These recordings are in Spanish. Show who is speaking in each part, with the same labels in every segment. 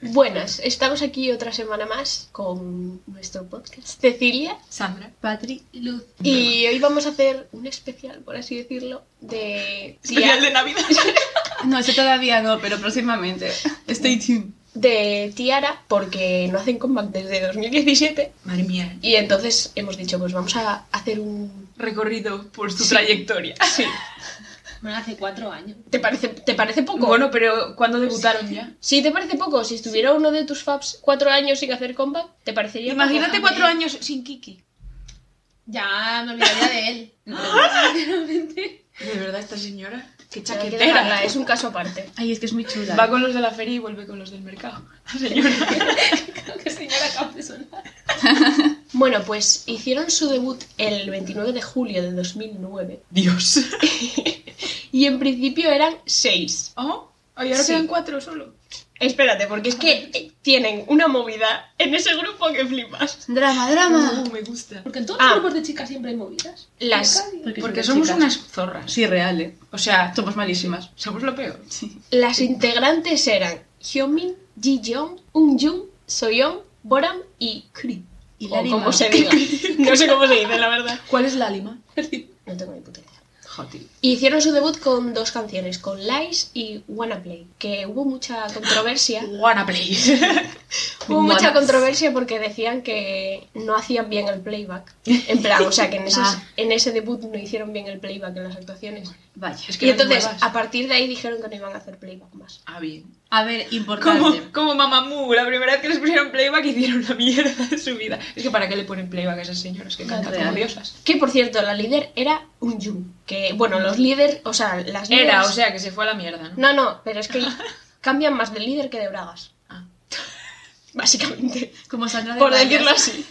Speaker 1: Buenas, estamos aquí otra semana más con nuestro podcast. Cecilia.
Speaker 2: Sandra.
Speaker 3: Patri, Luz.
Speaker 1: Y hoy vamos a hacer un especial, por así decirlo, de
Speaker 2: Especial
Speaker 1: tia-
Speaker 2: de Navidad.
Speaker 3: No, eso todavía no, pero próximamente. Stay tuned.
Speaker 1: de Tiara, porque no hacen comeback desde 2017.
Speaker 2: Madre mía.
Speaker 1: Y entonces hemos dicho, pues vamos a hacer un...
Speaker 2: Recorrido por su trayectoria.
Speaker 1: Sí.
Speaker 4: Bueno, hace cuatro años.
Speaker 1: ¿Te parece, te parece poco?
Speaker 2: Bueno, pero ¿cuándo debutaron ya?
Speaker 1: Si te parece poco, si estuviera uno de tus faps cuatro años sin hacer comeback, ¿te parecería poco?
Speaker 2: Imagínate cuatro años sin Kiki.
Speaker 4: Ya me olvidaría de él. Sinceramente.
Speaker 2: De verdad, esta señora. Qué
Speaker 1: Hay que
Speaker 2: chaquetera.
Speaker 1: dejarla, Es un caso aparte.
Speaker 3: Ay, es que es muy chula. ¿eh?
Speaker 2: Va con los de la feria y vuelve con los del mercado. Señora.
Speaker 4: Creo que señora acaba de sonar.
Speaker 1: Bueno, pues hicieron su debut el 29 de julio de 2009
Speaker 2: Dios.
Speaker 1: y en principio eran seis.
Speaker 2: ¿Oh? ¿Y ahora
Speaker 1: Sí.
Speaker 2: quedan cuatro solo?
Speaker 1: Espérate, porque es que eh, tienen una movida en ese grupo que flipas.
Speaker 3: Drama,
Speaker 2: Uh, me gusta.
Speaker 4: Porque en todos los
Speaker 1: Ah.
Speaker 4: grupos de chicas siempre hay movidas.
Speaker 1: Las-
Speaker 4: Nunca hay-
Speaker 3: Porque,
Speaker 2: Porque somos unas zorras.
Speaker 3: Sí, real, eh.
Speaker 2: O sea,
Speaker 3: Somos malísimas.
Speaker 2: somos lo peor.
Speaker 3: Sí.
Speaker 1: Las integrantes eran Hyomin, Ji-Jong, Eun-jung, Soyeon, Boram y Kri.
Speaker 3: Y
Speaker 1: O como se diga. No sé cómo se dice, la verdad.
Speaker 2: ¿Cuál es la lima?
Speaker 1: No tengo ni puta idea.
Speaker 2: Joti.
Speaker 1: Hicieron su debut con dos canciones, con Lies y Wanna Play, que hubo mucha controversia.
Speaker 2: Wanna play.
Speaker 1: Hubo
Speaker 3: Wanna-
Speaker 1: mucha controversia porque decían que no hacían bien el playback. En plan, o sea, que en, esas-
Speaker 3: Ah.
Speaker 1: en ese debut no hicieron bien el playback en las actuaciones.
Speaker 3: Vaya.
Speaker 2: Es que
Speaker 1: Y
Speaker 2: eran
Speaker 1: entonces,
Speaker 2: nuevas.
Speaker 1: a partir de ahí dijeron que no iban a hacer playback más.
Speaker 2: Ah, bien.
Speaker 3: A ver, importante.
Speaker 2: Como, como Mamamoo, la primera vez que les pusieron playback hicieron la mierda de su vida. Es que para qué le ponen playback a esas señoras que cantan como
Speaker 3: Real.
Speaker 2: diosas.
Speaker 1: Que, por cierto, la líder era Eun-jung, que, bueno, los líderes, o sea, las líderes...
Speaker 2: Era, o sea, que se fue a la mierda, ¿no?
Speaker 1: No, no, pero es que cambian más de líder que de bragas,
Speaker 2: Ah.
Speaker 1: básicamente,
Speaker 3: Como Sandra de
Speaker 1: por
Speaker 3: Vargas.
Speaker 1: decirlo así.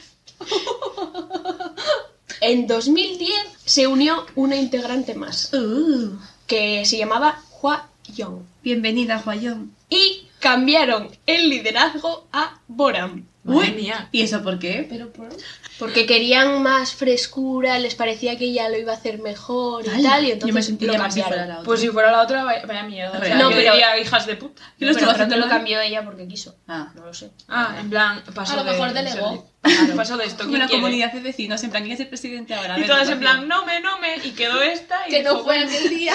Speaker 1: En 2010 se unió una integrante más,
Speaker 3: Uh,
Speaker 1: que se llamaba Hua Yong.
Speaker 3: bienvenida, Juayón.
Speaker 1: Y cambiaron el liderazgo a Boram.
Speaker 2: Madre
Speaker 3: Uy.
Speaker 2: mía.
Speaker 3: ¿Y eso por qué?
Speaker 4: Pero por...
Speaker 1: Porque querían más frescura, les parecía que ella lo iba a hacer mejor y
Speaker 3: Ay,
Speaker 1: tal, y entonces
Speaker 3: yo me sentiría
Speaker 1: lo
Speaker 3: más si
Speaker 1: cambiaron.
Speaker 3: fuera la otra.
Speaker 2: Pues si fuera la otra, vaya, vaya mierda. O sea,
Speaker 1: No,
Speaker 2: yo
Speaker 1: pero-
Speaker 2: diría, hijas de puta.
Speaker 3: Yo
Speaker 1: Pero
Speaker 3: lo estoy
Speaker 1: creo
Speaker 3: haciendo
Speaker 1: que lo
Speaker 3: mal.
Speaker 1: cambió ella porque quiso.
Speaker 3: Ah.
Speaker 1: No lo sé.
Speaker 2: Ah, en plan, paso
Speaker 4: A lo
Speaker 2: de-
Speaker 4: mejor
Speaker 2: de
Speaker 4: delegó.
Speaker 2: ser- Paso de esto.
Speaker 3: Como
Speaker 2: ¿quién
Speaker 3: la
Speaker 2: quiere?
Speaker 3: comunidad de vecinos, en plan, ¿quién es el presidente ahora?
Speaker 2: Y
Speaker 3: Ven,
Speaker 2: todas en plan,
Speaker 3: votación.
Speaker 2: no me, no me. Y quedó esta. Y
Speaker 4: Que no
Speaker 2: dijo,
Speaker 4: fue
Speaker 2: bueno,
Speaker 4: aquel día.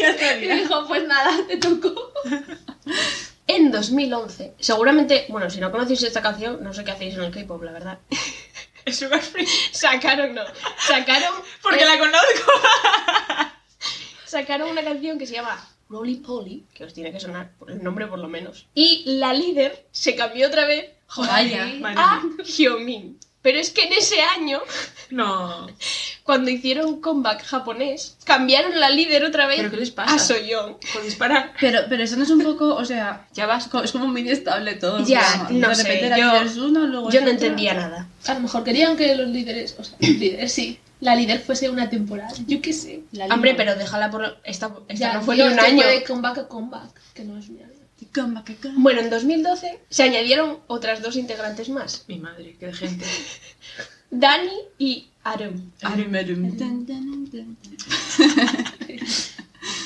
Speaker 3: Ya está
Speaker 4: Y
Speaker 3: bien.
Speaker 4: dijo, pues nada, te tocó.
Speaker 1: En 2011, seguramente, bueno, si no conocéis esta canción, no sé qué hacéis en el K-pop, la verdad.
Speaker 2: Es Sugar Free.
Speaker 1: Sacaron, no. Sacaron.
Speaker 2: Porque
Speaker 1: eh,
Speaker 2: la conozco.
Speaker 1: Sacaron una canción que se llama Rolly Polly, que os tiene que sonar por el nombre por lo menos. Y la líder se cambió otra vez
Speaker 3: Vaya.
Speaker 2: Madre
Speaker 1: a
Speaker 2: mía.
Speaker 1: Hyomin. Pero es que en ese año,
Speaker 2: No.
Speaker 1: cuando hicieron un comeback japonés, cambiaron la líder otra vez Ah,
Speaker 2: ¿Pero qué les pasa?
Speaker 1: a Soyeon.
Speaker 2: Puedes disparar.
Speaker 3: Pero, pero eso no es un poco, o sea,
Speaker 2: Ya vas.
Speaker 3: co- es como muy inestable todo. en
Speaker 1: Ya,
Speaker 3: plan,
Speaker 1: no
Speaker 3: de
Speaker 1: sé,
Speaker 3: repente la
Speaker 1: yo-
Speaker 3: líder es uno, luego
Speaker 1: Yo
Speaker 3: es
Speaker 1: no
Speaker 3: otra.
Speaker 1: entendía nada.
Speaker 4: A lo mejor querían que los líderes, o sea, los líderes sí, la líder fuese una temporada. Yo qué sé. La líder.
Speaker 1: Hombre, pero déjala por... Esta, esta
Speaker 4: ya
Speaker 1: no fue
Speaker 4: tío,
Speaker 1: ni un
Speaker 4: esto
Speaker 1: año.
Speaker 4: fue de comeback a comeback, que no es mi año.
Speaker 3: Come back, come.
Speaker 1: Bueno, en 2012 se añadieron otras dos integrantes más.
Speaker 2: Mi madre, qué de gente.
Speaker 1: Dani y Arum.
Speaker 3: Arum,
Speaker 2: Mm.
Speaker 3: arum, tan, tan, tan, tan.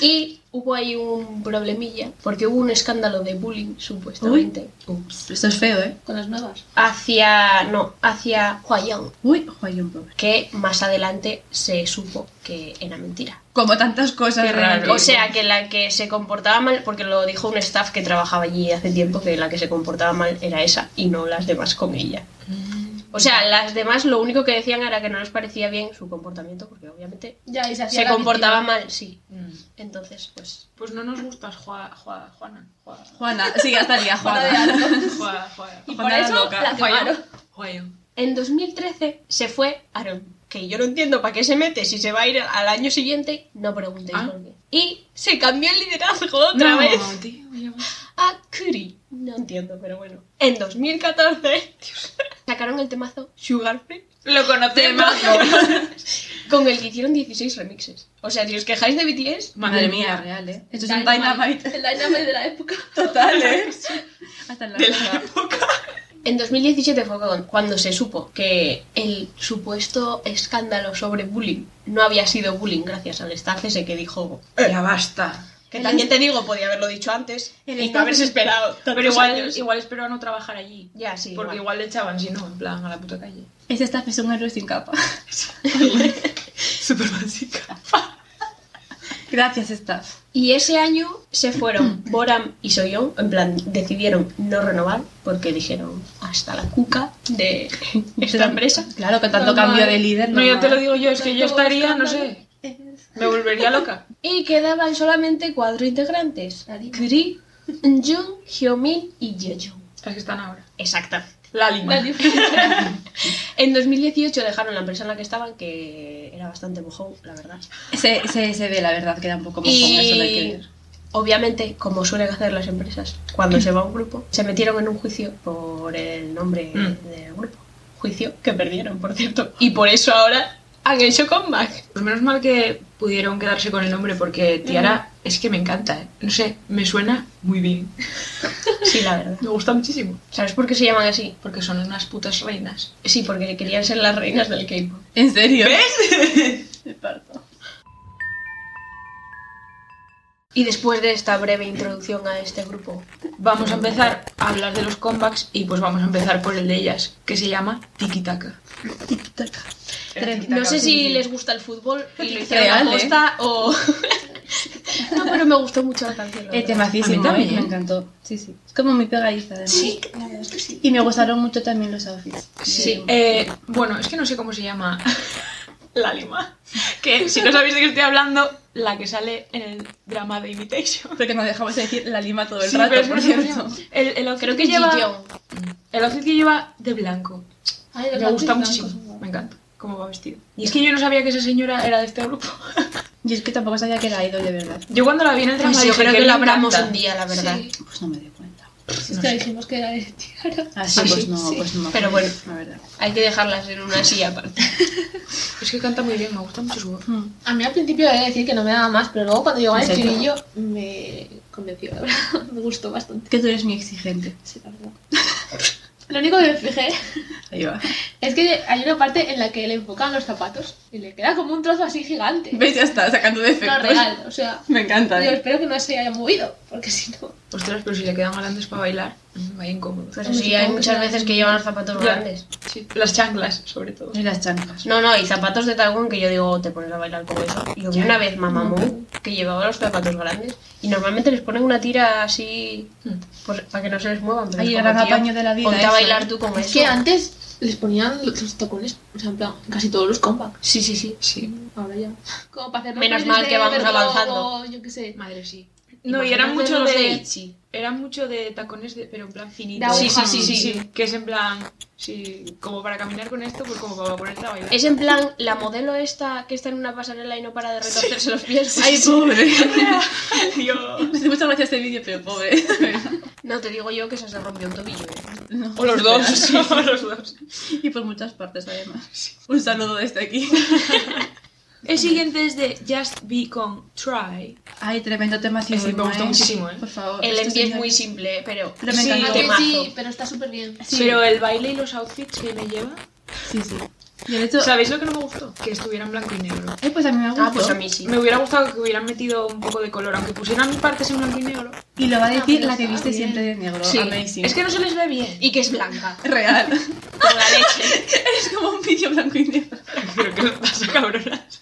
Speaker 1: Y hubo ahí un problemilla, porque hubo un escándalo de bullying, supuestamente.
Speaker 3: Ups, esto es feo, ¿eh?
Speaker 4: Con las nuevas.
Speaker 1: hacia no hacia Huayang
Speaker 3: Uy, Juayón, pobre.
Speaker 1: que más adelante se supo que era mentira
Speaker 3: Como tantas cosas.
Speaker 2: Qué raro.
Speaker 3: realmente.
Speaker 1: o sea que la que se comportaba mal porque lo dijo un staff que trabajaba allí hace tiempo que la que se comportaba mal era esa y no las demás con ella o sea las demás lo único que decían era que no les parecía bien su comportamiento porque obviamente
Speaker 4: Ya, y se hacía
Speaker 1: se
Speaker 4: la
Speaker 1: comportaba
Speaker 4: víctima.
Speaker 1: mal sí
Speaker 2: Mm.
Speaker 1: entonces pues
Speaker 2: Pues no nos gustas, Jua- Jua- Juana. Jua-
Speaker 3: Juana, sí, ya estaría
Speaker 4: Fuera de
Speaker 3: Juana.
Speaker 4: algo.
Speaker 2: Jua- Jua-
Speaker 4: Y por
Speaker 3: Juana la
Speaker 4: eso
Speaker 3: loca.
Speaker 4: la quemaron.
Speaker 2: Juayo.
Speaker 1: en 2013 se fue Aaron que yo no entiendo para qué se mete si se va a ir al año siguiente no preguntéis
Speaker 2: Ah.
Speaker 1: por qué y se cambió el liderazgo otra
Speaker 2: No,
Speaker 1: vez
Speaker 2: tío, ya va.
Speaker 1: a Kuri. No entiendo, pero bueno. En 2014 sacaron el temazo Sugar Free
Speaker 2: Lo conocemos.
Speaker 1: con el que hicieron 16 remixes. O sea, si os quejáis de BTS,
Speaker 3: Madre mía, real, ¿eh? Esto es un
Speaker 4: Dynamite.
Speaker 3: Dynamite
Speaker 4: El Dynamite de la época.
Speaker 3: total, ¿eh? Hasta en la
Speaker 2: De la época.
Speaker 1: en 2017 fue con- cuando se supo que el supuesto escándalo sobre bullying no había sido bullying gracias al staff ese que dijo
Speaker 2: Ya basta.
Speaker 1: Que también te digo, podía haberlo dicho antes
Speaker 3: El
Speaker 1: y no
Speaker 3: staff-
Speaker 1: haberse esperado.
Speaker 2: Pero
Speaker 1: tantos
Speaker 2: igual,
Speaker 1: años.
Speaker 2: igual espero a no trabajar allí.
Speaker 1: Ya, sí.
Speaker 2: porque
Speaker 1: igual.
Speaker 2: igual le echaban, si no, en plan, a la puta calle.
Speaker 3: Ese staff es un héroe sin capa.
Speaker 2: Súper básica.
Speaker 3: Gracias, staff.
Speaker 1: Y ese año se fueron Boram y Soyon, en plan, decidieron no renovar porque dijeron hasta la cuca de esta empresa.
Speaker 3: Claro, que tanto
Speaker 4: Normal.
Speaker 3: cambio de líder.
Speaker 2: No, yo
Speaker 3: normal.
Speaker 2: te lo digo yo, es que yo
Speaker 4: Tanto
Speaker 2: estaría, no
Speaker 4: escándalo.
Speaker 2: sé, me volvería loca.
Speaker 1: Y quedaban solamente cuatro integrantes:
Speaker 4: Nadie.
Speaker 1: Kri, Jung, Hyomin y Yeojeon.
Speaker 2: Las que están ahora.
Speaker 1: Exacto.
Speaker 2: La lima.
Speaker 4: La diferencia.
Speaker 1: En 2018 dejaron la empresa en la que estaban, que era bastante mojón, la verdad.
Speaker 3: Se, se, se ve, la verdad, que da un poco más con eso de
Speaker 1: Y
Speaker 3: que...
Speaker 1: obviamente, como suelen hacer las empresas, cuando se va un grupo, se metieron en un juicio por el nombre
Speaker 2: Mm.
Speaker 1: del grupo. Juicio que perdieron, por cierto. Y por eso ahora han hecho comeback.
Speaker 2: Pues menos mal que pudieron quedarse con el nombre porque Tiara es que me encanta, ¿eh? No sé, me suena muy bien.
Speaker 1: Sí, la verdad.
Speaker 2: Me gusta muchísimo.
Speaker 1: ¿Sabes por qué se llaman así?
Speaker 2: Porque son unas putas reinas.
Speaker 1: Sí, porque querían ser las reinas del K-pop.
Speaker 3: ¿En serio?
Speaker 4: Me parto.
Speaker 1: Y después de esta breve introducción a este grupo,
Speaker 2: Vamos a empezar a hablar de los comebacks y pues vamos a empezar por el de ellas, que se llama Tiki Taka.
Speaker 1: no sé si les gusta el fútbol y lo hicieron
Speaker 3: Real,
Speaker 1: a posta o. no, pero me gustó mucho la canción. la
Speaker 3: Es
Speaker 1: verdad.
Speaker 2: A
Speaker 3: demasiado,
Speaker 2: mí también.
Speaker 3: me encantó. Sí, sí. Es como mi pegadiza, además.
Speaker 4: Sí, la verdad es que sí.
Speaker 3: Y me gustaron mucho también los outfits.
Speaker 2: Sí. eh, bueno, es que no sé cómo se llama la lima. Que si no sabéis de qué estoy hablando, la que sale en el drama de Imitation.
Speaker 3: Porque nos dejamos de decir la lima todo el
Speaker 2: Sí,
Speaker 3: rato,
Speaker 2: pero es
Speaker 3: por
Speaker 2: que no sé
Speaker 3: cierto.
Speaker 2: cómo se llama. El, el outfit
Speaker 1: Creo
Speaker 2: que
Speaker 1: que
Speaker 2: lleva,
Speaker 1: Jiyeon.
Speaker 2: el outfit que lleva de blanco.
Speaker 4: Ay, los
Speaker 2: Me gusta
Speaker 4: blancos y blancos son
Speaker 2: muchísimo.
Speaker 4: guapos.
Speaker 2: Me encanta cómo va vestido. Y es que yo no sabía que esa señora era de este grupo.
Speaker 3: Y es que tampoco sabía que era idol de verdad.
Speaker 2: Yo cuando la vi en el drama
Speaker 1: Pues yo
Speaker 2: dije
Speaker 1: creo
Speaker 2: que
Speaker 1: que
Speaker 2: me
Speaker 1: lo hablamos
Speaker 2: encanta.
Speaker 1: un día, la verdad.
Speaker 4: Sí,
Speaker 3: Pues no me di cuenta.
Speaker 4: es que dijimos que era de Tiara.
Speaker 3: Ah, sí,
Speaker 2: Ah,
Speaker 3: pues
Speaker 2: sí,
Speaker 3: no,
Speaker 4: sí.
Speaker 3: pues no.
Speaker 1: Pero bueno.
Speaker 3: La verdad.
Speaker 1: Hay que dejarlas en una silla aparte.
Speaker 2: Es que canta muy bien, me gusta mucho su voz.
Speaker 3: Hmm.
Speaker 4: A mí al principio he de decir que no me daba más, pero luego cuando llegó al
Speaker 3: En serio.
Speaker 4: estribillo me convenció, la verdad. Me gustó bastante.
Speaker 3: Que tú eres muy exigente.
Speaker 4: Sí, la verdad. Lo único que me fijé
Speaker 3: Ahí va.
Speaker 4: es que hay una parte en la que le enfocan los zapatos y le queda como un trozo así gigante.
Speaker 3: ¿Ves? Ya está, sacando
Speaker 4: No,
Speaker 3: defectos.
Speaker 4: real, o sea.
Speaker 3: Me encanta.
Speaker 4: Yo
Speaker 3: ¿eh?
Speaker 4: espero que no se haya movido, porque si no.
Speaker 2: Ostras, pero si le quedan grandes para bailar, mm, vaya incómodo.
Speaker 1: Pero Pues sí, hay muchas veces que llevan los zapatos
Speaker 2: Ya.
Speaker 1: grandes.
Speaker 2: Sí, las chanclas, sobre todo.
Speaker 3: Y las chanclas.
Speaker 1: No, no, y zapatos de tagón que yo digo, "Oh, te pones a bailar con eso. Yo vi una vez Mamá Mou que llevaba los zapatos grandes y normalmente les ponen una tira así
Speaker 2: Mm.
Speaker 1: pues, para que no se les muevan. Pero
Speaker 3: Ay,
Speaker 1: es
Speaker 3: el
Speaker 1: como,
Speaker 3: gran
Speaker 1: tío,
Speaker 3: apaño de la vida
Speaker 1: Ponte a
Speaker 3: eso,
Speaker 1: bailar
Speaker 3: ¿eh?
Speaker 1: tú con
Speaker 4: Es
Speaker 1: eso.
Speaker 4: que antes les ponían los tacones, o sea, en plan, casi todos los comebacks.
Speaker 1: Sí, sí, sí.
Speaker 2: Sí,
Speaker 4: Ahora ya. Como para hacer los
Speaker 1: Menos
Speaker 4: bailes
Speaker 1: mal que
Speaker 4: de
Speaker 1: vamos
Speaker 4: verdugo,
Speaker 1: avanzando.
Speaker 4: Yo qué sé.
Speaker 2: madre, sí. No, y eran
Speaker 1: Imagínate
Speaker 2: mucho
Speaker 1: los
Speaker 2: de...
Speaker 1: Itchy.
Speaker 2: Eran mucho de tacones, de, pero en plan
Speaker 4: De
Speaker 2: finito.
Speaker 4: aguja.
Speaker 1: Sí, sí, sí, sí.
Speaker 2: Que es en plan, sí, como para caminar con esto, pues como para ponerte a bailar.
Speaker 1: Es en plan, la modelo esta que está en una pasarela y no para de retorcerse los pies.
Speaker 3: Ay, pobre.
Speaker 2: Dios.
Speaker 3: Me hace mucha gracia este vídeo, pero pobre.
Speaker 1: No, te digo yo que se se rompió un tobillo. ¿eh?
Speaker 3: No.
Speaker 2: O los dos, sí, o los dos.
Speaker 3: Y por muchas partes, además. Un saludo desde aquí.
Speaker 2: El siguiente es de Just Be Con Try.
Speaker 3: Ay, tremendo tema
Speaker 2: Sí, me gustó muchísimo, ¿eh?
Speaker 3: Por favor.
Speaker 1: El
Speaker 3: este
Speaker 1: envío es
Speaker 3: señor-
Speaker 1: muy simple, pero...
Speaker 3: Pero me
Speaker 1: Sí,
Speaker 3: encanta.
Speaker 4: Aunque
Speaker 1: temazo.
Speaker 4: sí, pero está súper bien.
Speaker 3: Sí,
Speaker 2: Pero el baile y los outfits que me lleva...
Speaker 3: sí, sí. Y el hecho...
Speaker 2: ¿Sabéis lo que no me gustó? Que estuviera en blanco y negro.
Speaker 3: Ay, pues a mí me gustó.
Speaker 1: Ah, pues a mí sí.
Speaker 2: Me hubiera gustado que hubieran metido un poco de color, aunque pusieran partes en blanco y negro.
Speaker 3: Y lo va a decir
Speaker 4: Ah,
Speaker 3: la que
Speaker 4: pero
Speaker 3: viste
Speaker 4: está
Speaker 3: siempre de
Speaker 4: bien.
Speaker 3: negro.
Speaker 1: Sí.
Speaker 3: Amazing.
Speaker 2: Es que no se les ve bien.
Speaker 1: Y que es blanca.
Speaker 3: Real.
Speaker 1: Con la leche.
Speaker 3: es como un vídeo blanco y negro.
Speaker 2: Pero ¿qué os pasa, cabronas?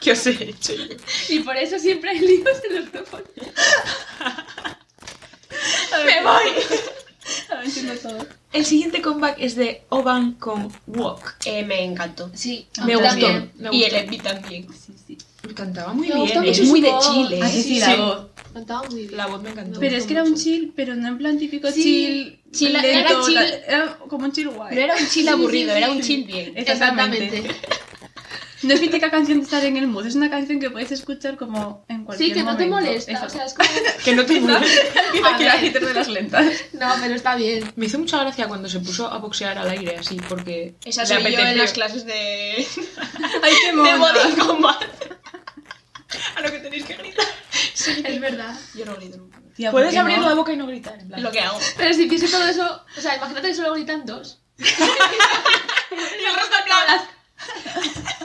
Speaker 2: ¿Qué os he hecho yo?
Speaker 4: Y por eso siempre hay líos en los tacones.
Speaker 2: ¡Me voy!
Speaker 3: A ver si no todo.
Speaker 2: El siguiente comeback es de Oban con Walk.
Speaker 1: Eh, me encantó.
Speaker 4: Sí,
Speaker 3: Me gustó.
Speaker 4: también.
Speaker 2: Me
Speaker 1: Y
Speaker 2: gustó. em-
Speaker 1: el envío también.
Speaker 3: Sí, sí.
Speaker 2: Me cantaba muy
Speaker 4: Me
Speaker 2: bien.
Speaker 4: gustó
Speaker 2: ¿eh?
Speaker 4: mucho
Speaker 2: Es muy
Speaker 4: su
Speaker 2: de
Speaker 4: voz.
Speaker 2: Chile.
Speaker 3: Ah, sí, sí, la voz.
Speaker 4: Cantaba muy bien.
Speaker 2: La voz me encantó.
Speaker 3: Pero es que era un chill, pero no en plan típico
Speaker 4: Sí.
Speaker 3: chill.
Speaker 1: Chill- era chill-
Speaker 3: tal. Era como un chill guay.
Speaker 1: No era un chill aburrido,
Speaker 4: sí,
Speaker 1: era
Speaker 4: sí.
Speaker 1: un chill bien.
Speaker 4: Exactamente.
Speaker 3: No es mítica canción de estar en el mood, es una canción que puedes escuchar como en cualquier
Speaker 4: Sí, que no te
Speaker 3: momento.
Speaker 4: molesta.
Speaker 3: Eso.
Speaker 4: O sea, es como.
Speaker 2: Que no te
Speaker 3: Empieza
Speaker 4: A
Speaker 3: aquí la
Speaker 4: ver.
Speaker 3: hater de las lentas.
Speaker 4: No, pero está bien.
Speaker 2: Me hizo mucha gracia cuando se puso a boxear al aire así, porque.
Speaker 1: Esa
Speaker 2: le
Speaker 1: soy yo
Speaker 2: apeteció.
Speaker 1: en las clases de...
Speaker 3: Ay, qué
Speaker 1: de
Speaker 3: mona.
Speaker 1: body combat.
Speaker 2: A lo que tenéis que gritar.
Speaker 4: Es verdad.
Speaker 1: Yo no grito nunca.
Speaker 3: Tía, ¿por
Speaker 2: Puedes
Speaker 3: qué
Speaker 2: abrir
Speaker 3: no?
Speaker 2: la boca y no gritar. en plan.
Speaker 1: Lo que hago.
Speaker 4: Pero si pienso todo eso. O sea, imagínate que solo gritan dos.
Speaker 2: Y el resto en plan.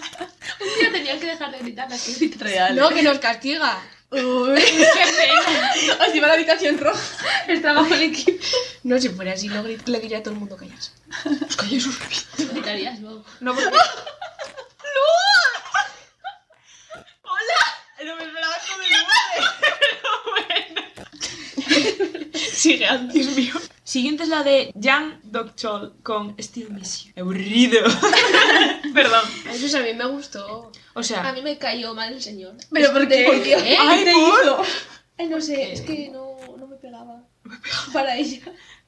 Speaker 4: Un día tenían que dejar de gritar las que gritan.
Speaker 3: Real.
Speaker 1: No, que nos castiga.
Speaker 3: Uy. Os lleva a la habitación roja.
Speaker 4: Estaba con el equipo.
Speaker 1: No, si fuera así, no grit- le diría a todo el mundo callarse.
Speaker 2: Os calláis un ratito.
Speaker 4: Gritarías luego.
Speaker 2: No, porque... ¡Hola! No me esperaba esto de
Speaker 1: Sigue antes.
Speaker 2: Dios mío. Siguiente es la de Jan Dokchol con Still Miss You. Aburrido. Perdón.
Speaker 1: Eso sí, a mí me gustó.
Speaker 2: O
Speaker 4: A
Speaker 2: sea, ¿eh?
Speaker 4: mí me cayó mal el señor.
Speaker 3: ¿Pero por qué?
Speaker 4: ¿Por qué?
Speaker 1: ¿Eh?
Speaker 2: ¡ay,
Speaker 3: te
Speaker 2: por!
Speaker 4: Ay, no sé, es que no, no me pegaba. Para ella.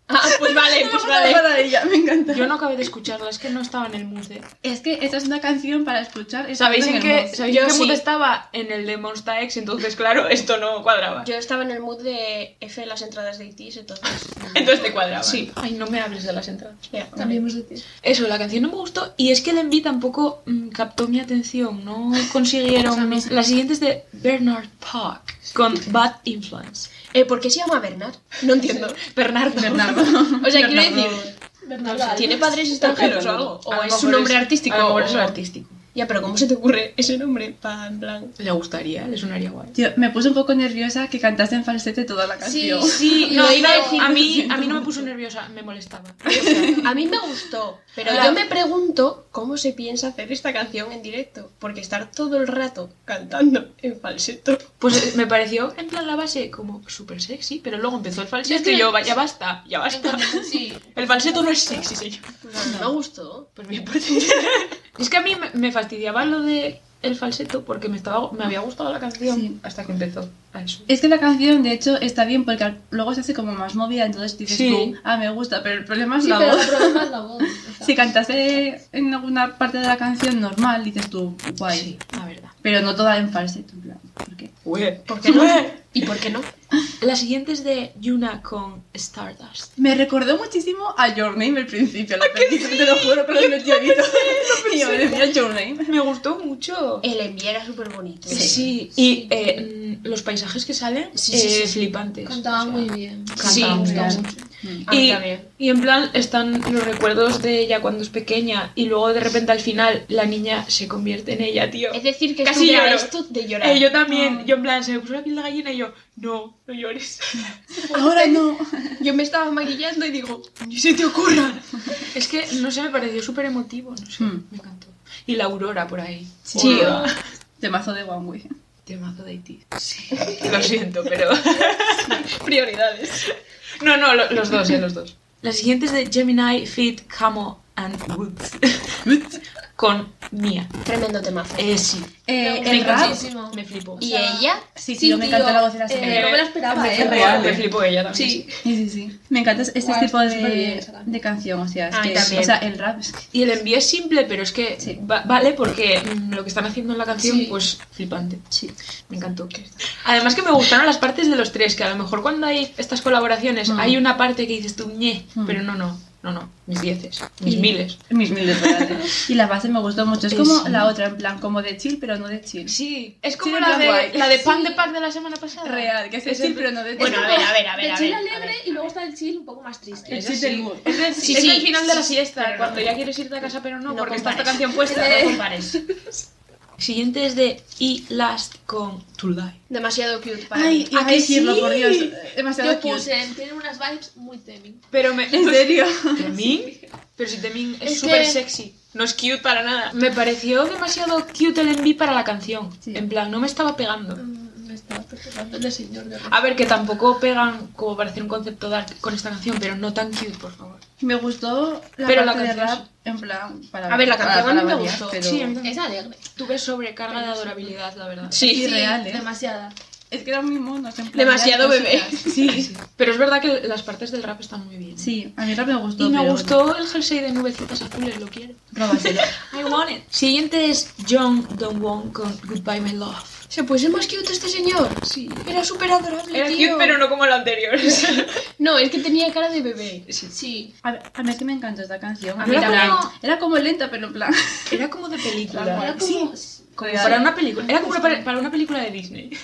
Speaker 1: Ah, pues vale, pues vale.
Speaker 3: Para ella, me encanta.
Speaker 2: Yo no acabé de escucharla, es que no estaba en el mood. de-
Speaker 3: Es que esta es una canción para escuchar. estando
Speaker 2: ¿Sabéis en qué,
Speaker 3: el mood.
Speaker 2: ¿sabéis en
Speaker 1: Yo
Speaker 2: qué mood
Speaker 1: sí.
Speaker 2: estaba? En el de Monsta X, entonces, claro, esto no cuadraba.
Speaker 1: Yo estaba en el mood de F en las entradas de ITs, entonces.
Speaker 2: Entonces te cuadraba.
Speaker 1: Sí.
Speaker 2: Ay, no me hables de las entradas.
Speaker 1: ya.
Speaker 4: Cambiemos de tema.
Speaker 2: Eso, la canción no me gustó y es que el enví tampoco mm, captó mi atención. No consiguieron. La siguiente es de Bernard Park con Bad Influence.
Speaker 1: Eh, ¿Por qué se llama Bernard? No entiendo. Bernardo.
Speaker 3: Bernardo.
Speaker 1: O sea, quiero
Speaker 3: Bernardo.
Speaker 1: decir,
Speaker 4: Bernardo Alba.
Speaker 1: ¿tiene padres extranjeros o algo? ¿O es su nombre artístico?
Speaker 2: O
Speaker 1: o-
Speaker 2: es artístico.
Speaker 1: Ya, pero ¿cómo se te ocurre ese nombre? Pan, blanco.
Speaker 2: Le gustaría, le sonaría guay.
Speaker 3: Tío, me puse un poco nerviosa que cantaste en falsete toda la canción.
Speaker 2: Sí,
Speaker 1: no,
Speaker 2: no,
Speaker 1: iba a
Speaker 2: no,
Speaker 1: decir-
Speaker 2: a, mí, a mí no me puso nerviosa, me molestaba.
Speaker 1: A mí me gustó, pero
Speaker 2: La-
Speaker 1: yo me pregunto cómo se piensa hacer esta canción en directo, porque estar todo el rato cantando en falseto.
Speaker 2: Pues eh, me pareció, en plan, la base como súper sexy, pero luego empezó el falseto y yo, va- ya basta, ya basta.
Speaker 4: Sí.
Speaker 2: El falseto no es sexy, señor.
Speaker 1: Pues a mí me gustó.
Speaker 2: Pues bien por ti. Es que a mí me- me fastidiaba lo de el falseto porque me estaba me había gustado la canción
Speaker 3: Sí.
Speaker 2: hasta que empezó a eso.
Speaker 3: Es que la canción, de hecho, está bien porque al- luego se hace como más movida, entonces dices
Speaker 2: Sí.
Speaker 3: tú, ah, me gusta, pero el problema es
Speaker 4: Sí,
Speaker 3: la
Speaker 4: pero
Speaker 3: voz.
Speaker 4: el problema es la voz. o sea.
Speaker 3: Si cantaste en alguna parte de la canción normal, dices tú, guay,
Speaker 2: Sí, la verdad.
Speaker 3: pero no toda en falsete, en plan, ¿por qué?
Speaker 1: ¿Por qué no? ¿Y por qué no?
Speaker 2: La siguiente es de Yuna con Stardust.
Speaker 3: Me recordó muchísimo a Your Name al principio, la película, te lo juro, con los meteoritos. Y yo decía Your Name.
Speaker 2: Me gustó mucho.
Speaker 1: El envío era súper bonito.
Speaker 2: sí.
Speaker 4: Sí.
Speaker 2: Y eh, mm, los paisajes que salen,
Speaker 1: Sí, sí,
Speaker 2: eh,
Speaker 1: sí.
Speaker 2: flipantes. O
Speaker 4: Cantaba
Speaker 2: sea,
Speaker 4: muy bien.
Speaker 2: Sí.
Speaker 4: Me gustó
Speaker 1: Real.
Speaker 4: mucho.
Speaker 1: A mí
Speaker 2: Y-
Speaker 1: también.
Speaker 2: Y en plan están los recuerdos de ella cuando es pequeña y luego de repente al final la niña se convierte en ella, tío.
Speaker 1: Es decir, que
Speaker 2: Casi
Speaker 1: estuve a
Speaker 2: lloro.
Speaker 1: esto de llorar.
Speaker 2: Eh, yo también,
Speaker 3: Ah.
Speaker 2: yo en plan, se me puso la piel de gallina y yo, no, no llores.
Speaker 3: Ahora no.
Speaker 1: Yo me estaba maquillando y digo, ni se te ocurra.
Speaker 2: Es que, no sé, me pareció súper emotivo, no sé,
Speaker 3: Hmm.
Speaker 2: me encantó. Y la aurora por ahí.
Speaker 3: Sí.
Speaker 2: Tío.
Speaker 3: Temazo de One Way.
Speaker 2: Temazo de ti. Sí. Lo siento, pero...
Speaker 1: Prioridades.
Speaker 2: No, no, lo- los dos, eh, los dos. La siguiente es de Gemini, Fit, Camo and Woods. Con Mía.
Speaker 1: Tremendo tema.
Speaker 2: Eh, sí.
Speaker 3: Eh,
Speaker 4: Me
Speaker 3: el
Speaker 4: encantó
Speaker 3: rap.
Speaker 4: muchísimo.
Speaker 2: Me flipo.
Speaker 1: ¿Y
Speaker 4: o sea,
Speaker 1: ella?
Speaker 3: Sí,
Speaker 4: Sí,
Speaker 3: sí, me encanta
Speaker 4: tío,
Speaker 3: la voz de la
Speaker 4: eh,
Speaker 3: señora.
Speaker 4: no me la esperaba,
Speaker 2: me
Speaker 4: eh.
Speaker 2: flipo,
Speaker 3: Real,
Speaker 2: Me
Speaker 3: eh.
Speaker 2: flipo ella también.
Speaker 4: Sí.
Speaker 3: Sí, sí, sí. Me encanta este
Speaker 4: Guau,
Speaker 3: tipo
Speaker 4: está superbién
Speaker 3: de,
Speaker 4: esa canción.
Speaker 3: de canción, o sea, es
Speaker 1: A mí
Speaker 3: que,
Speaker 1: también.
Speaker 3: o sea, el rap es que...
Speaker 2: Y el envío es simple, pero es que
Speaker 3: Sí.
Speaker 2: va- vale porque mm, lo que están haciendo en la canción,
Speaker 4: Sí.
Speaker 2: pues flipante.
Speaker 3: Sí.
Speaker 2: Me encantó. Además que me gustaron las partes de los tres, que a lo mejor cuando hay estas colaboraciones
Speaker 3: Mm.
Speaker 2: hay una parte que dices tú ñe,
Speaker 3: Mm.
Speaker 2: pero no, no, no, no, mis dieces, mis
Speaker 3: Y-
Speaker 2: miles.
Speaker 3: Mis miles, ¿verdad? Y la base me gustó mucho. Es
Speaker 2: Sí,
Speaker 3: como
Speaker 2: sí.
Speaker 3: la otra, en plan, como de chill, pero no de chill.
Speaker 2: Sí, es
Speaker 3: Sí,
Speaker 2: como
Speaker 3: en
Speaker 2: la
Speaker 3: plan
Speaker 2: de,
Speaker 3: guay.
Speaker 2: la de Pan
Speaker 4: Sí.
Speaker 2: de Pac de la semana pasada.
Speaker 3: Real, que es de
Speaker 2: Es
Speaker 3: chill,
Speaker 2: el-
Speaker 3: pero no de chill.
Speaker 1: Bueno, a ver, a ver, a ver.
Speaker 4: el
Speaker 1: a
Speaker 4: chill
Speaker 1: ver, a
Speaker 4: alegre
Speaker 1: ver.
Speaker 4: y luego está el chill un poco más triste.
Speaker 2: Es
Speaker 3: Sí,
Speaker 2: así.
Speaker 3: tengo.
Speaker 2: Es del
Speaker 1: Sí,
Speaker 2: es
Speaker 1: sí.
Speaker 2: del final de la
Speaker 1: Sí,
Speaker 2: siesta,
Speaker 1: pero-
Speaker 2: cuando ya quieres irte a casa, pero no,
Speaker 1: No
Speaker 2: porque está esta
Speaker 1: compares.
Speaker 2: canción puesta.
Speaker 1: No compares.
Speaker 2: Siguiente es de E Last con To Lie.
Speaker 1: Demasiado cute para
Speaker 3: Ay,
Speaker 1: mí.
Speaker 3: iba
Speaker 2: ¿A
Speaker 3: a
Speaker 2: que
Speaker 3: decirlo,
Speaker 2: sí?
Speaker 3: por Dios. Demasiado
Speaker 4: Yo
Speaker 3: cute.
Speaker 4: puse, tiene unas vibes muy teming.
Speaker 2: Pero me, pues
Speaker 3: ¿En serio?
Speaker 2: Temin, pero si Temin es
Speaker 4: Es
Speaker 2: súper
Speaker 4: que-
Speaker 2: sexy, no es cute para nada. Me pareció demasiado cute el enví para la canción.
Speaker 3: Sí.
Speaker 2: En plan, no me estaba pegando.
Speaker 4: Mm, Me estaba perturbando el señor de
Speaker 2: A ver, que tampoco pegan como para hacer un concepto dark con esta canción, pero no tan cute, por favor.
Speaker 3: Me gustó la
Speaker 2: Pero la
Speaker 3: parte de
Speaker 2: canción
Speaker 3: rap, en plan, para...
Speaker 1: A ver, la
Speaker 3: para-
Speaker 1: canción a mí
Speaker 3: para
Speaker 1: me
Speaker 3: variar,
Speaker 1: gustó.
Speaker 3: pero-
Speaker 2: Sí, a mí también.
Speaker 4: Es alegre.
Speaker 2: Tuve sobrecarga de adorabilidad, la verdad.
Speaker 1: Sí.
Speaker 3: Sí, real, ¿eh?
Speaker 4: Demasiada.
Speaker 3: Es que eran muy monos, en plan...
Speaker 1: Demasiado
Speaker 3: eran
Speaker 1: bebé.
Speaker 3: cositas. Sí,
Speaker 2: Pero es verdad que las partes del rap están muy bien.
Speaker 3: sí, a mí el rap me gustó.
Speaker 2: Y me
Speaker 3: pero-
Speaker 2: gustó el jersey de nubecitas azules, lo quiero.
Speaker 3: Róbaselo.
Speaker 2: I want it. Siguiente es John Don Won con Goodbye My Love.
Speaker 1: Se puso más cute este señor.
Speaker 2: Sí.
Speaker 1: Era súper adorable,
Speaker 2: Era
Speaker 1: tío.
Speaker 2: cute, pero no como la anterior.
Speaker 1: No, es que tenía cara de bebé.
Speaker 4: Sí.
Speaker 3: A, ver, a mí es que me encantó esta canción.
Speaker 1: A
Speaker 2: mí
Speaker 3: era,
Speaker 2: también.
Speaker 3: como, era como lenta, pero en plan...
Speaker 2: Era como de película.
Speaker 4: Era como.
Speaker 2: Como para una película. Era como para, para una película de Disney.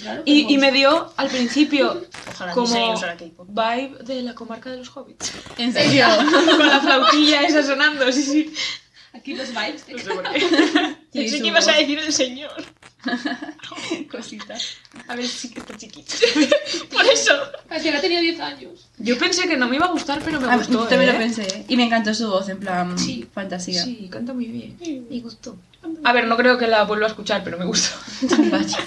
Speaker 4: Claro, pero
Speaker 2: Y, y me dio al principio
Speaker 1: Ojalá
Speaker 2: Como-
Speaker 1: Disney usara K-pop.
Speaker 2: vibe de la comarca de los hobbits.
Speaker 3: ¿En serio?
Speaker 2: Con la flautilla esa sonando, sí, sí.
Speaker 4: Aquí los vibes.
Speaker 2: No sé por qué.
Speaker 3: Sí, su
Speaker 1: ibas
Speaker 3: voz.
Speaker 1: decir el señor.
Speaker 3: Cositas.
Speaker 2: A ver, sí que está chiquito. Por eso.
Speaker 4: Es que ahora tenía 10 años.
Speaker 2: Yo pensé que no me iba a gustar, pero me
Speaker 3: Ah,
Speaker 2: gustó.
Speaker 3: también
Speaker 2: ¿eh?
Speaker 3: lo pensé. ¿eh? Y me encantó su voz, en plan,
Speaker 4: Sí.
Speaker 3: fantasía.
Speaker 2: Sí, canta muy bien.
Speaker 1: Me gustó.
Speaker 2: A ver, no creo que la vuelva a escuchar, pero me gustó.
Speaker 3: Vaya.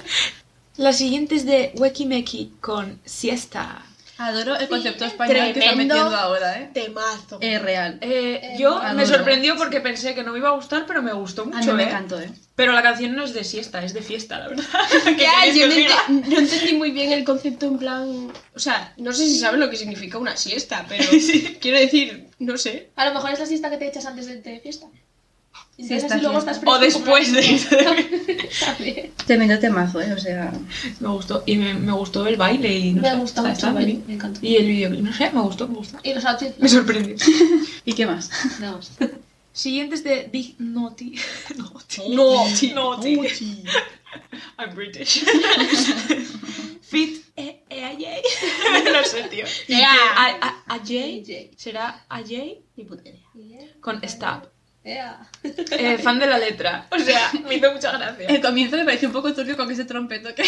Speaker 2: La siguiente es de Weki Meki con Siesta.
Speaker 3: Adoro el concepto español que está
Speaker 1: Tremendo.
Speaker 3: metiendo ahora, ¿eh?
Speaker 1: Temazo.
Speaker 3: Es real.
Speaker 2: Eh,
Speaker 4: Eh,
Speaker 2: yo
Speaker 3: adoro.
Speaker 2: me sorprendió porque pensé que no me iba a gustar, pero me gustó
Speaker 3: A
Speaker 2: mucho.
Speaker 3: mí me
Speaker 2: ¿eh?
Speaker 3: encantó, ¿eh?
Speaker 2: Pero la canción no es de siesta, es de fiesta, la verdad. ¿Qué
Speaker 1: Ya,
Speaker 2: queréis
Speaker 1: yo no,
Speaker 2: que os diga?
Speaker 1: ente- no entendí muy bien el concepto en plan... O sea, no sé si saben lo que significa una siesta, pero quiero decir, no sé.
Speaker 4: A lo mejor es la siesta que te echas antes de, de fiesta. Y entonces
Speaker 3: Siesta,
Speaker 4: así luego
Speaker 3: fiesta.
Speaker 4: estás
Speaker 2: O después de.
Speaker 4: de.
Speaker 3: Tremendo temazo, ¿eh? O sea,
Speaker 2: me gustó. Y me, me gustó el baile y no
Speaker 4: me ha
Speaker 2: sé,
Speaker 4: gustado
Speaker 2: está- está
Speaker 4: mucho. Me,
Speaker 2: bien.
Speaker 4: me encantó.
Speaker 2: Y el videoclip, no sé, me gustó, me gustó.
Speaker 4: Y los outfits.
Speaker 2: Me sorprendió.
Speaker 3: ¿y qué más?
Speaker 4: Nada más.
Speaker 2: Siguiente es de Big Naughty.
Speaker 1: No,
Speaker 2: Naughty. I'm British. Fit e e a Jay. No sé, tío. A,
Speaker 1: Ya.
Speaker 2: a, a Jay.
Speaker 4: DJ.
Speaker 2: ¿Será a Jay? Ni puta idea.
Speaker 4: Yeah.
Speaker 2: Con Stab.
Speaker 4: Yeah.
Speaker 2: Eh, fan de la letra. Eh, O sea, me hizo mucha gracia.
Speaker 3: El comienzo me pareció un poco turbio con ese trompeto que...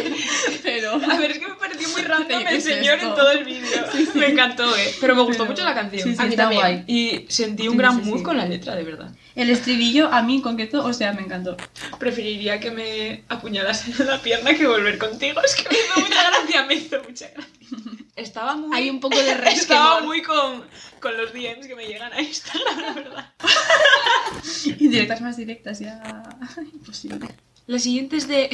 Speaker 3: Pero...
Speaker 2: A ver, es que me pareció muy random
Speaker 3: ¿Qué
Speaker 2: el
Speaker 3: es
Speaker 2: señor
Speaker 3: esto?
Speaker 2: en todo el vídeo. Me encantó, ¿eh? Pero me gustó
Speaker 3: Pero-
Speaker 2: mucho la canción.
Speaker 3: sí, sí,
Speaker 2: a mí
Speaker 3: está
Speaker 2: también.
Speaker 3: guay.
Speaker 2: Y sentí un
Speaker 3: Sí,
Speaker 2: gran
Speaker 3: sí,
Speaker 2: mood
Speaker 3: sí.
Speaker 2: con la letra, de verdad.
Speaker 3: El estribillo, a mí en concreto, o sea, me encantó.
Speaker 2: Preferiría que me apuñalas en la pierna que volver contigo. Es que me hizo mucha gracia, me hizo mucha gracia. Estaba muy...
Speaker 1: Hay un poco de
Speaker 2: Estaba
Speaker 1: resquemor.
Speaker 2: muy con, con los DMs que me llegan a Instagram, la verdad.
Speaker 3: Indirectas más directas, ya... Imposible.
Speaker 2: La siguiente es de...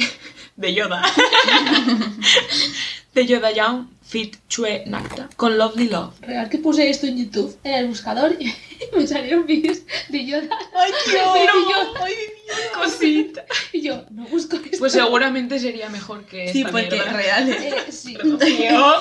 Speaker 2: De Yoda. de Yoda Young, Fit Chue Nakta, con Lovely Love.
Speaker 4: Real que puse esto en YouTube, en el buscador, y me salieron vídeos de Yoda.
Speaker 3: ¡Ay,
Speaker 4: no!
Speaker 3: ¡Ay,
Speaker 2: Cosita.
Speaker 4: Y yo, no busco esto.
Speaker 2: Pues seguramente sería mejor que
Speaker 3: Sí,
Speaker 2: esta
Speaker 3: porque
Speaker 2: mierda.
Speaker 3: real, ¿eh?
Speaker 4: Eh, sí.
Speaker 2: Tío.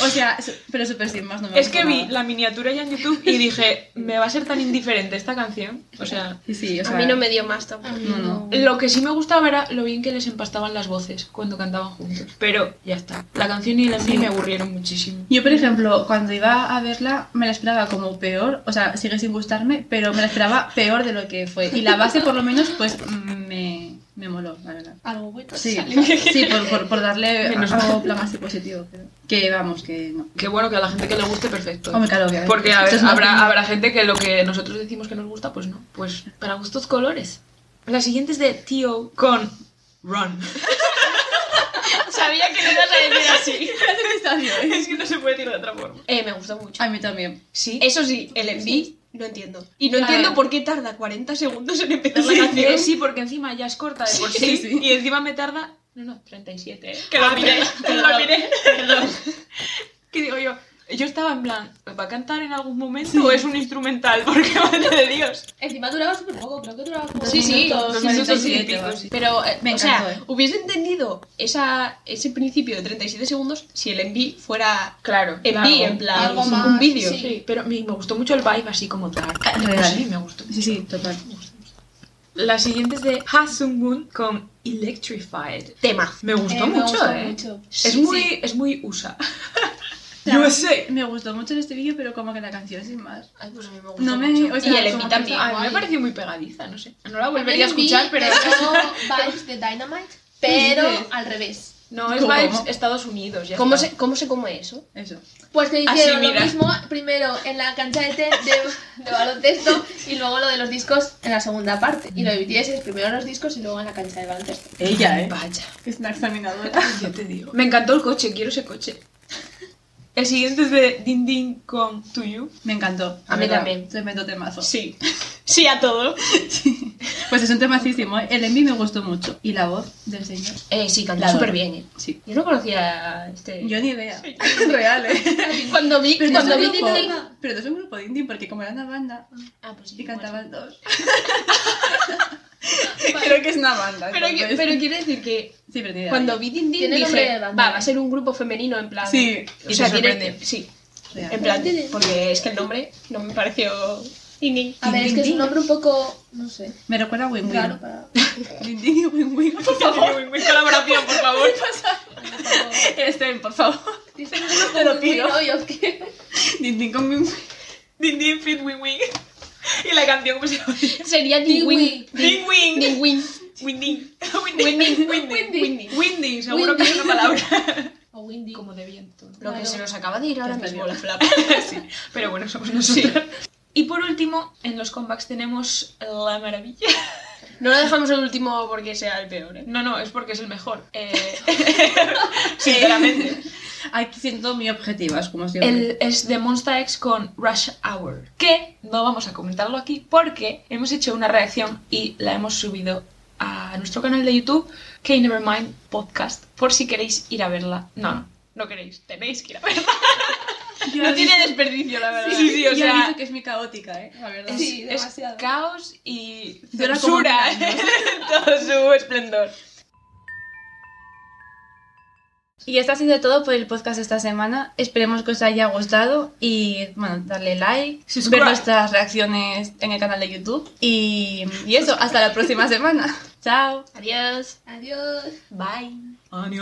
Speaker 3: O sea, su- pero súper sin más no me
Speaker 2: Es
Speaker 3: gustó
Speaker 2: que vi
Speaker 3: nada.
Speaker 2: la miniatura ya en YouTube y dije, me va a ser tan indiferente esta canción. O sea,
Speaker 3: Sí, sí, o
Speaker 1: A
Speaker 3: sea...
Speaker 1: mí no me dio más tampoco.
Speaker 4: A mí
Speaker 3: No, no.
Speaker 2: lo que sí me gustaba era lo bien que les empastaban las voces cuando cantaban juntos. Pero ya está. La canción y el MV me aburrieron muchísimo.
Speaker 3: Yo, por ejemplo, cuando iba a verla, me la esperaba como peor, o sea, sigue sin gustarme, pero me la esperaba peor de lo que fue. Y la base, por lo menos, pues mm, me, me moló, la verdad.
Speaker 4: Algo bueno.
Speaker 3: Sí,
Speaker 4: sale.
Speaker 3: sí por, por, por darle
Speaker 2: Menos
Speaker 3: algo plan así positivo. pero que vamos, que no.
Speaker 2: Qué bueno que a la gente que le guste, perfecto.
Speaker 3: Hombre, claro, obviamente.
Speaker 2: Porque a
Speaker 3: ¿eh? Esto
Speaker 2: ver,
Speaker 3: es más
Speaker 2: habrá,
Speaker 3: bien-
Speaker 2: habrá gente que lo que nosotros decimos que nos gusta, pues no. Pues para gustos colores. La siguiente es de Tio con Run.
Speaker 1: Sabía que no ibas a decir así.
Speaker 2: es que no se puede decir de otra forma.
Speaker 1: Eh, me gustó mucho.
Speaker 3: A mí también.
Speaker 2: Sí.
Speaker 1: Eso sí, el MV no entiendo. Y no
Speaker 2: Claro.
Speaker 1: entiendo por qué tarda 40 segundos en empezar
Speaker 2: Sí,
Speaker 1: la canción.
Speaker 2: sí, porque encima ya es corta de por sí,
Speaker 3: Sí, sí.
Speaker 2: y encima me tarda. No, no, 37. ¿eh? Que lo
Speaker 1: Ah,
Speaker 2: miré, que lo
Speaker 1: perdón,
Speaker 2: miré. Que digo yo, yo estaba en plan, ¿va a cantar en algún momento o es un instrumental? Porque madre de Dios.
Speaker 4: Encima duraba súper poco, creo que duraba como
Speaker 1: Sí, sí,
Speaker 4: dos
Speaker 1: dos
Speaker 4: minutos.
Speaker 1: minutos
Speaker 3: sí,
Speaker 1: y
Speaker 3: sí,
Speaker 1: pico,
Speaker 3: sí.
Speaker 1: sí. Pero, eh,
Speaker 3: Me
Speaker 1: o
Speaker 3: encantó,
Speaker 1: sea,
Speaker 3: eh.
Speaker 1: hubiese entendido esa, ese principio de 37 segundos si el MV fuera
Speaker 2: Claro.
Speaker 1: MV, en plan,
Speaker 4: Algo
Speaker 1: sí,
Speaker 4: más,
Speaker 1: un vídeo.
Speaker 4: sí.
Speaker 2: Sí, pero me, me gustó mucho el vibe así como dark.
Speaker 3: Ah, real,
Speaker 2: Sí,
Speaker 3: ¿eh?
Speaker 2: me gustó.
Speaker 3: Sí, sí, total.
Speaker 2: La siguiente es de Ha Sung Moon con Electrified.
Speaker 1: Tema.
Speaker 2: Me gustó
Speaker 4: Eh, me
Speaker 2: mucho,
Speaker 4: gustó
Speaker 2: ¿eh?
Speaker 4: mucho.
Speaker 2: Es,
Speaker 1: Sí,
Speaker 2: muy,
Speaker 1: sí.
Speaker 2: es muy USA.
Speaker 3: Claro.
Speaker 2: USA.
Speaker 3: Me gustó mucho en este vídeo, pero como que la canción sin más.
Speaker 1: Ay, pues a mí me gustó
Speaker 3: No me-
Speaker 1: mucho.
Speaker 3: o sea,
Speaker 1: y el
Speaker 3: como
Speaker 1: MV
Speaker 3: que
Speaker 1: también.
Speaker 2: A mí me
Speaker 4: guay.
Speaker 2: pareció muy pegadiza, no sé. No la
Speaker 4: También
Speaker 2: volvería a escuchar,
Speaker 4: vi,
Speaker 2: pero.
Speaker 4: pero Vibes de Dynamite, pero
Speaker 3: dices?
Speaker 4: al revés.
Speaker 2: No, es
Speaker 3: ¿Cómo?
Speaker 2: Vibes Estados Unidos. Ya
Speaker 1: ¿Cómo
Speaker 2: está.
Speaker 1: se, ¿Cómo se come eso?
Speaker 3: Eso.
Speaker 4: Pues que
Speaker 2: Así,
Speaker 4: hicieron lo
Speaker 2: mira.
Speaker 4: mismo primero en la cancha de, te- de, de baloncesto y luego lo de los discos en la segunda parte. Y lo de BTS es primero los discos y luego en la cancha de baloncesto.
Speaker 3: Ella, ¿eh?
Speaker 2: Vaya,
Speaker 3: Es una examinadora.
Speaker 2: ya te digo. Me encantó el coche, quiero ese coche. El siguiente es de Din Din con To You.
Speaker 3: Me encantó.
Speaker 1: A mí
Speaker 3: verdad.
Speaker 1: también.
Speaker 3: Tremendo temazo.
Speaker 1: Sí. Sí a todo.
Speaker 3: Pues es un temacísimo, ¿eh? El envío me gustó mucho. Y la voz del señor.
Speaker 1: Eh, sí, cantó
Speaker 3: La
Speaker 1: súper
Speaker 3: adoro.
Speaker 1: bien, eh.
Speaker 3: Sí.
Speaker 1: Yo no conocía a este...
Speaker 3: Yo ni idea. Real, ¿eh?
Speaker 1: Cuando vi,
Speaker 3: Pero
Speaker 1: cuando
Speaker 3: no
Speaker 1: vi
Speaker 3: es un
Speaker 1: Disney-
Speaker 3: grupo, pero no es un grupo de indie porque como era una banda
Speaker 1: Ah, pues sí,
Speaker 3: y
Speaker 1: igual.
Speaker 3: cantaban dos. Creo que es una banda.
Speaker 1: Pero, que-
Speaker 3: entonces.
Speaker 1: pero quiere decir que
Speaker 3: Sí, pero ni idea.
Speaker 1: cuando vi Din Din
Speaker 4: Tiene nombre
Speaker 1: dije,
Speaker 4: de
Speaker 1: va,
Speaker 4: banda,
Speaker 1: va a
Speaker 4: ¿eh?
Speaker 1: ser un grupo femenino en plan...
Speaker 3: Sí.
Speaker 1: O
Speaker 2: Y
Speaker 1: sea,
Speaker 2: se
Speaker 1: tiene-
Speaker 2: sorprende.
Speaker 1: Sí,
Speaker 3: Real.
Speaker 1: en plan, porque es que el nombre no me pareció... Ingin.
Speaker 4: A ver, es que es un nombre un poco, no sé,
Speaker 3: Me recuerda a Win Win.
Speaker 4: raro para...
Speaker 3: Din Din y Win Win. Por favor.
Speaker 2: Mi colaboración, por favor.
Speaker 3: Estén, Este, por favor.
Speaker 4: Dice un grupo
Speaker 3: Te lo
Speaker 4: muy
Speaker 3: pido.
Speaker 4: rollo que...
Speaker 3: Din Din con Win Win.
Speaker 2: Din Din Fit Wing Wing. Y la canción, ¿cómo se llama?
Speaker 1: Sería
Speaker 4: Ding
Speaker 1: Dingwing.
Speaker 4: Wing.
Speaker 2: Ding Wing.
Speaker 1: Dingwing.
Speaker 2: Windy. Windy.
Speaker 4: Windy. Windy.
Speaker 2: Windy, seguro que es una palabra.
Speaker 4: O Windy.
Speaker 2: Como de viento.
Speaker 1: Lo que
Speaker 4: Claro.
Speaker 1: se nos acaba de ir ahora
Speaker 3: Perfecto.
Speaker 1: mismo la flapa.
Speaker 2: Sí, pero bueno, somos nosotros. Y por último, en los comebacks tenemos la maravilla.
Speaker 1: No lo dejamos el último porque sea el peor, ¿eh?
Speaker 2: No, no, es porque es el mejor. Eh, sinceramente.
Speaker 3: Aquí siendo muy objetivas, como siempre.
Speaker 2: El, es de Monster X con Rush Hour, que no vamos a comentarlo aquí porque hemos hecho una reacción y la hemos subido a nuestro canal de YouTube, K Nevermind Podcast, por si queréis ir a verla. No, no, no queréis, tenéis que ir a verla.
Speaker 3: Yo
Speaker 1: No
Speaker 3: aviso-
Speaker 1: tiene desperdicio, la verdad.
Speaker 2: Sí, sí, o
Speaker 3: yo
Speaker 2: sea-
Speaker 3: aviso que es mi caótica, ¿eh? La verdad.
Speaker 4: Sí,
Speaker 2: Es- es,
Speaker 4: demasiado.
Speaker 2: caos y
Speaker 3: Dura como
Speaker 2: censura
Speaker 3: mil años.
Speaker 2: en todo su esplendor.
Speaker 3: Y esto ha sido todo por el podcast de esta semana. Esperemos que os haya gustado y, bueno, darle like,
Speaker 2: Subscribe.
Speaker 3: ver nuestras reacciones en el canal de YouTube. Y, y eso, hasta la próxima semana. Chao.
Speaker 1: Adiós.
Speaker 4: Adiós.
Speaker 2: Bye.